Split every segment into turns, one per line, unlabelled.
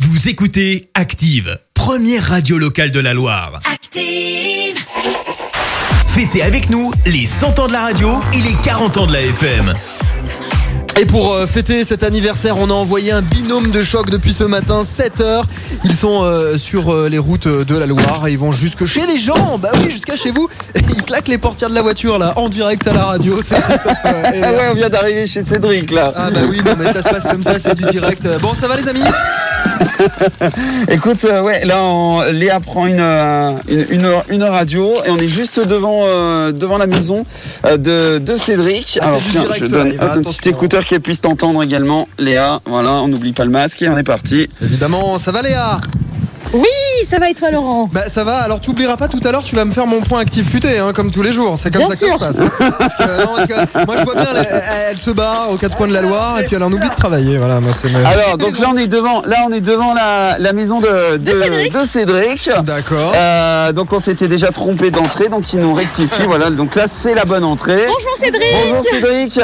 Vous écoutez Active, première radio locale de la Loire.
Active.
Fêtez avec nous les 100 ans de la radio et les 40 ans de la FM.
Et pour euh, fêter cet anniversaire, on a envoyé un binôme de choc depuis ce matin, 7h. Ils sont euh, sur euh, les routes de la Loire et ils vont jusque chez les gens. Bah oui, jusqu'à chez vous. Et ils claquent les portières de la voiture là, en direct à la radio. C'est Christophe, euh, et,
Ah
euh,
ouais, on vient d'arriver chez Cédric là.
Ah bah oui, non mais ça se passe comme ça, c'est du direct. Euh, Bon, ça va les amis
Écoute, euh, ouais, là, on- Léa prend une, euh, une, une heure- une heure radio et on est juste devant, euh, devant la maison euh, de, de Cédric.
Ah, c'est du direct,
je
là,
donne
il va,
hop, un petit
attention. hein.
écouteur qui puisse t'entendre également, Léa. Voilà, on n'oublie pas le masque et on est parti.
Évidemment, ça va Léa
Oui, ça va et toi Laurent
Bah ça va, alors t'oublieras pas tout à l'heure, tu vas me faire mon point actif futé, hein, comme tous les jours, c'est comme
Bien
ça que ça se passe. hein. Parce que, non, parce que moi je vois bien, elle, elle- elle se bat aux quatre coins de la Loire et puis elle en oublie de travailler, voilà, moi c'est... ma-
Alors, donc là, on est devant, là, on est devant la, la maison de, de-
Cédric.
de Cédric.
D'accord.
Euh, donc on s'était déjà trompé d'entrée, donc ils nous rectifient. voilà, donc là c'est la bonne entrée.
Bonjour Cédric
Bonjour Cédric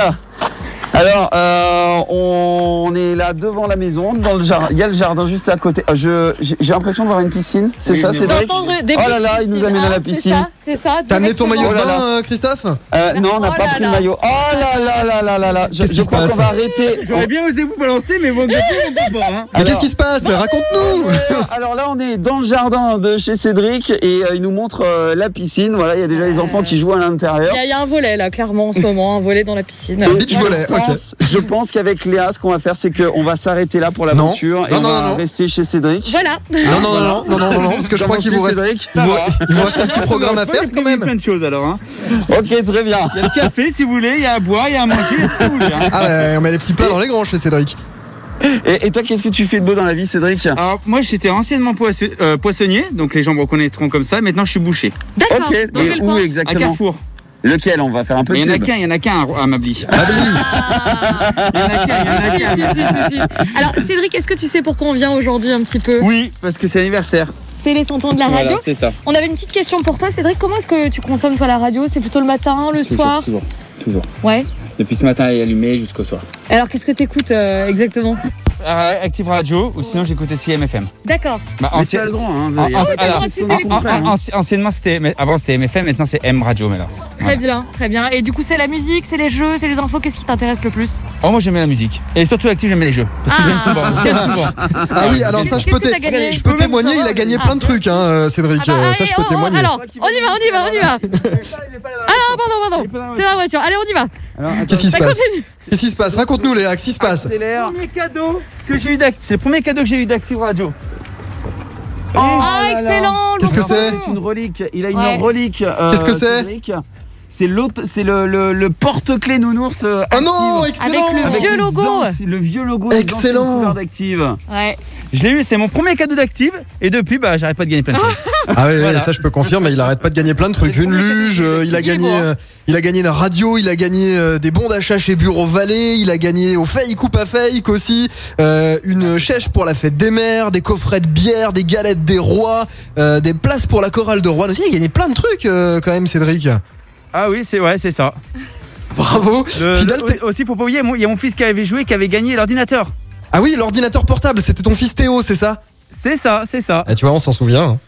alors, euh, on est là devant la maison, dans le jardin. Il y a le jardin juste à côté. Ah, je- J'ai j'ai l'impression de voir une piscine, c'est
Oui,
ça,
mais-
Cédric
D'entendre des
Oh là là, il
bruits de
nous amène à la
hein,
piscine.
C'est ça, c'est ça,
T'as amené ton maillot
directement.
de
Oh là là.
bain, euh, Christophe
Euh, non, on n'a
Oh
pas
là
pris le
là.
maillot. Oh là là là là là là Je,
Qu'est-ce
je
qui se
crois qu'on
passe
va arrêter.
J'aurais bien osé vous balancer, mais bon, on peut pas. Hein.
Mais qu'est-ce qui se passe Raconte-nous
Alors- euh, Alors là, on est dans le jardin de chez Cédric et euh, il nous montre euh, la piscine. Voilà, il y a déjà les enfants qui jouent à l'intérieur.
Il y, a- il y a un volet là, clairement en ce moment, un volet dans la piscine.
Beach
Moi,
volley,
je
ok.
pense, je pense qu'avec Léa, ce qu'on va faire, c'est qu'on va s'arrêter là pour
Non.
l'aventure et
Non,
on
non,
va
non, non.
rester chez Cédric.
Voilà.
Non, non, non, non, non, non, non, parce que je crois
Comment
qu'il
tu,
vous reste,
Cédric
il vous,
hein.
il vous reste un petit programme à
Moi, j'ai
faire quand
prévu
même.
plein de choses alors. Hein.
Ok, très bien.
Il y a le café si vous voulez, il y a à boire, il y a à manger, il y a tout. vous voulez, hein.
Ah ouais, on met les petits plats dans les grands chez Cédric.
Et, et toi, qu'est-ce que tu fais de beau dans la vie, Cédric
Alors, moi j'étais anciennement poisse- euh, poissonnier, donc les gens me reconnaîtront comme ça. Maintenant je suis bouché.
D'accord.
Ok,
Dans
mais
quel
où
coin
À
exactement
Carrefour.
Lequel On va faire un peu
Mais
de
il y en a
pub.
qu'un, il y en a qu'un à à Mably.
Ah.
Il y en a qu'un, il y en a
Si, si,
qu'un.
si, si, si. Alors Cédric, est-ce que tu sais pourquoi on vient aujourd'hui un petit peu
Oui, parce que c'est anniversaire.
C'est les 100 ans de la radio.
Voilà, c'est ça.
On avait une petite question pour toi Cédric, comment est-ce que tu consommes toi la radio C'est plutôt le matin, le soir
toujours, toujours.
Ouais.
Depuis ce matin, elle est allumée jusqu'au soir.
Alors qu'est-ce que t'écoutes euh, exactement
Euh, Active Radio, ou sinon j'écoute aussi MFM.
D'accord.
Bah,
Mais
ancien-
c'est le grand, hein,
Ah,
d'ailleurs.
ah,
C'est
ah,
pas
ah,
si
ah,
simple
Ah,
qu'on
ah,
fait, hein.
anci- anciennement, c'était, mais avant c'était MFM, maintenant c'est M Radio. Mais là.
Très bien, très bien. Et du coup, c'est la musique, c'est les jeux, c'est les infos. Qu'est-ce qui t'intéresse le plus
Oh, moi j'aimais la musique. Et surtout active, j'aimais les jeux. Parce que
Ah.
je gagne souvent. Je gagne souvent.
Ah oui, alors ça je peux,
Qu'est-ce que
té-
t'as gagné
je peux témoigner, il a gagné plein de trucs, hein, euh, Cédric,
Ah bah,
euh, ça
allez,
je peux
oh, oh,
témoigner.
alors, on y va, on y va, on y va. Ah non, pardon, pardon. C'est la voiture. Allez, on y va.
Qu'est-ce qui se
Ça
passe
continue.
Qu'est-ce qui se passe Raconte-nous Léa, qu'est-ce qui se passe
C'est le premier cadeau que j'ai eu d'Active. C'est le premier cadeau que j'ai eu d'Active Radio.
Oh
Ah, excellent.
Qu'est-ce que
Laurent.
c'est
C'est une relique. Il a une
Ouais.
relique. euh,
Qu'est-ce que c'est
Cédric. C'est l'autre, c'est le, le- le porte-clé nounours. euh,
Oh non,
Active.
excellent
Avec le
Avec
vieux
les
logo.
ans- Le vieux logo. les anciennes
Excellent.
couleurs d'Active.
Ouais.
Je l'ai eu, c'est mon premier cadeau d'Active. Et depuis, bah, j'arrête pas de gagner plein de choses.
Ah oui,
Voilà.
ça je peux confirmer, il arrête pas de gagner plein de trucs. Une luge, euh, il a
Il est
gagné
beau, hein.
euh, il a gagné la radio, il a gagné euh, des bons d'achat chez Bureau Vallée, il a gagné au fake ou pas fake aussi, euh, une chèche pour la fête des mères, des coffrets de bière, des galettes des rois, euh, des places pour la chorale de Rouen aussi. Il a gagné plein de trucs euh, quand même Cédric.
Ah oui, c'est ouais, c'est ça.
Bravo.
Le-
Fidèle,
le-
t'es-
aussi, pour pas oublier, mon- il y a mon fils qui avait joué, qui avait gagné l'ordinateur.
Ah oui, l'ordinateur portable, c'était ton fils Théo, c'est ça
C'est ça, c'est ça.
Ah tu vois, on s'en souvient. hein.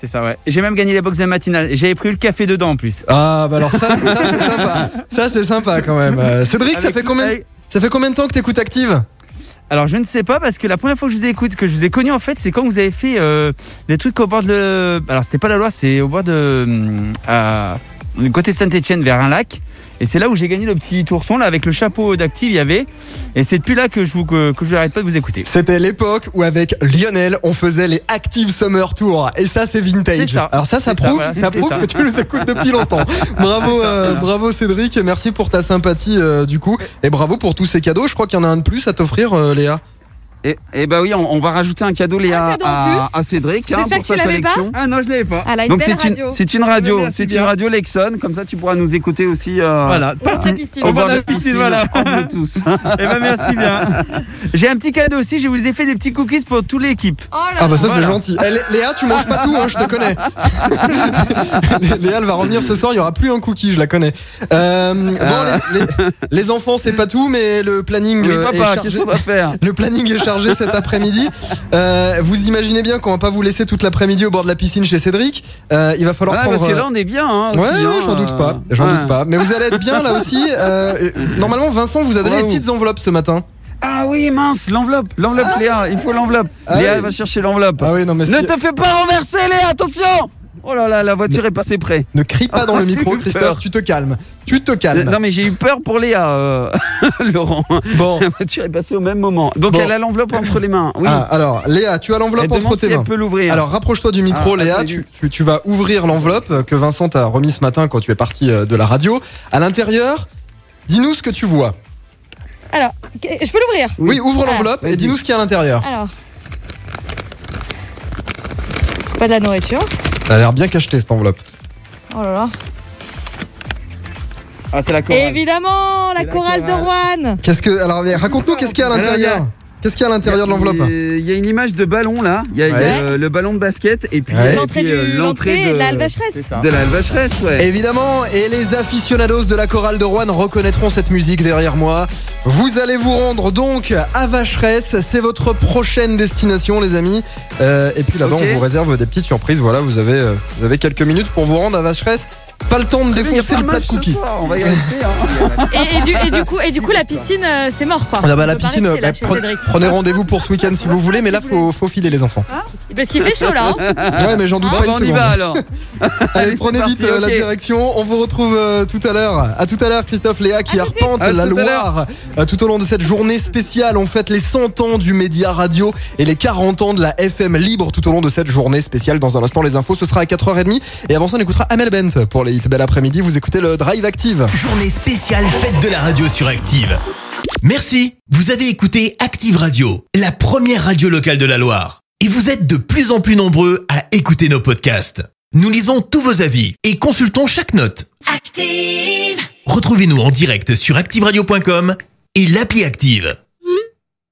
C'est ça, ouais. J'ai même gagné les box de matinale. J'avais pris le café dedans en plus.
Ah bah alors ça, ça c'est sympa. Ça c'est sympa quand même. Euh, Cédric, ça
Avec-
fait combien
avec-
ça fait combien de temps que t'écoutes Active
Alors je ne sais pas parce que la première fois que je vous écoute, que je vous ai connu en fait, c'est quand vous avez fait euh, les trucs au bord de. le- Alors c'était pas la Loire, c'est au bord de.
Mm.
hum, à- du côté de Saint-Etienne vers un lac. Et c'est là où j'ai gagné le petit tourson là avec le chapeau d'active il y avait. Et c'est depuis là que je vous que, que je n'arrête pas de vous écouter.
C'était l'époque où avec Lionel on faisait les Active Summer Tour et ça c'est vintage.
C'est ça.
Alors ça ça
C'est ça,
prouve, ça,
voilà, c'était
prouve
ça.
que tu nous écoutes depuis longtemps. Bravo euh, bravo Cédric et merci pour ta sympathie euh, du coup et bravo pour tous ces cadeaux. Je crois qu'il y en a un de plus à t'offrir euh, Léa.
Et, et bah oui, on, on va rajouter un cadeau, Léa,
Un cadeau en
à,
plus.
à Cédric hein,
J'espère
pour
que tu
sa
l'avais pas.
collection.
Ah non je l'avais pas.
Elle a une
Donc
belle
c'est une,
radio.
c'est une radio,
Merci
c'est une
bien.
radio Lexon, comme ça tu pourras nous écouter aussi. euh,
Voilà.
Dans la piscine.
Au
Au
bord
bord
de la
de
piscine,
piscine,
voilà.
entre nous tous.
Eh ben merci bien. J'ai un petit cadeau aussi, je vous ai fait des petits cookies pour toute l'équipe.
Oh là
Ah bah
là.
ça
Voilà.
c'est gentil. Eh, Lé- Léa tu manges pas tout hein, je te connais. Lé- Léa elle va revenir ce soir, il y aura plus un cookie, je la connais. Euh, bon les, les- les enfants c'est pas tout mais le planning
Mais
euh, est
papa,
chargé.
qu'est-ce qu'on va faire
Le planning est chargé cet après-midi. Euh, vous imaginez bien qu'on va pas vous laisser toute l'après-midi au bord de la piscine chez Cédric. Euh, il va falloir
Voilà,
prendre.
Ah parce que là, on est bien. Hein,
Ouais,
aussi,
ouais,
hein,
j'en doute pas,
euh,
j'en
ouais.
doute pas. Mais vous allez être bien là aussi. Euh, normalement, Vincent vous a donné
Ouais,
des
oui.
petites enveloppes ce matin.
Ah oui, mince, l'enveloppe, l'enveloppe, Léa, il faut l'enveloppe.
Ah
Léa,
oui.
elle va chercher l'enveloppe.
Ah oui, non mais si-
ne te fais pas renverser, Léa, attention Oh là là, la voiture est passée près.
ne crie pas dans le micro,
J'ai eu
Christophe.
peur.
Tu te calmes, tu te calmes.
Non, mais j'ai eu peur pour Léa, euh, Laurent.
Bon.
La voiture est passée au même moment. Donc,
Bon.
elle a l'enveloppe entre les mains. Oui.
Ah, alors, Léa, tu as l'enveloppe
elle
entre
demande
tes
si
mains.
elle peut l'ouvrir.
Alors rapproche-toi du micro,
Ah,
Léa.
attendez.
Tu, tu- tu vas ouvrir l'enveloppe euh, que Vincent t'a remis ce matin quand tu es parti euh, de la radio. À l'intérieur, dis-nous ce que tu vois.
Alors, que- je peux l'ouvrir
Oui, ouvre
Ah,
l'enveloppe et
vas-y.
dis-nous ce qu'il y a à l'intérieur.
Alors. C'est pas de la nourriture.
Ça a l'air bien cacheté cette enveloppe.
Oh là là.
Ah, c'est la
Et
chorale.
évidemment, la
Et la
chorale de Rouen.
Qu'est-ce que alors mais raconte-nous qu'est-ce qu'il y a à
Alors,
l'intérieur
Ah, regarde.
Qu'est-ce qu'il y a à l'intérieur de l'enveloppe
Il il y a une image de ballon là, il y a, il y a,
Ouais.
euh, le ballon de basket et puis,
Ouais.
et
L'entrée
puis, euh,
du- l'entrée de la Alvacheresse.
c'est ça. De la Alvacheresse, ouais.
Évidemment, et les aficionados de la chorale de Rouen reconnaîtront cette musique derrière moi. Vous allez vous rendre donc à Vacheresse, c'est votre prochaine destination les amis. Euh, et puis là-bas
Ok.
on vous réserve des petites surprises, voilà, vous avez, euh, vous avez quelques minutes pour vous rendre à Vacheresse. Pas le temps de
Ah, Il y a
défoncer
pas
le
de
plat de
match ce
cookies.
soir, on va y rester. hein.
Et, et du, et du coup, et du coup, la piscine, euh, c'est mort quoi.
Ah bah,
On
la
peut pas
piscine,
rester, là,
bah,
chez
pre-
Cédric.
prenez rendez-vous pour ce week-end si
Ah,
vous voulez, mais là faut, faut filer les enfants.
Parce qu'il fait chaud là. hein.
Ouais, mais j'en doute
Bon,
pas
ah, bah,
une
on y
seconde.
va alors.
Allez,
Allez,
prenez
c'est
vite
parti,
euh, la
ok.
direction. On vous retrouve euh, tout à l'heure. À tout à l'heure, Christophe Léa qui
À tout de suite.
arpente
À
la
tout à
Loire. Euh, tout au long de cette journée spéciale, on fête les 100 ans du média radio et les 40 ans de la FM libre tout au long de cette journée spéciale. Dans un instant, les infos, ce sera à 4h30. Et avant ça, on écoutera Amel Bent pour les hits. Bel après-midi, vous écoutez le Drive Active.
Journée spéciale fête de la radio sur Active. Merci. Vous avez écouté Active Radio, la première radio locale de la Loire. Et vous êtes de plus en plus nombreux à écouter nos podcasts. Nous lisons tous vos avis et consultons chaque note.
Active.
Retrouvez-nous en direct sur activeradio.com et l'appli Active.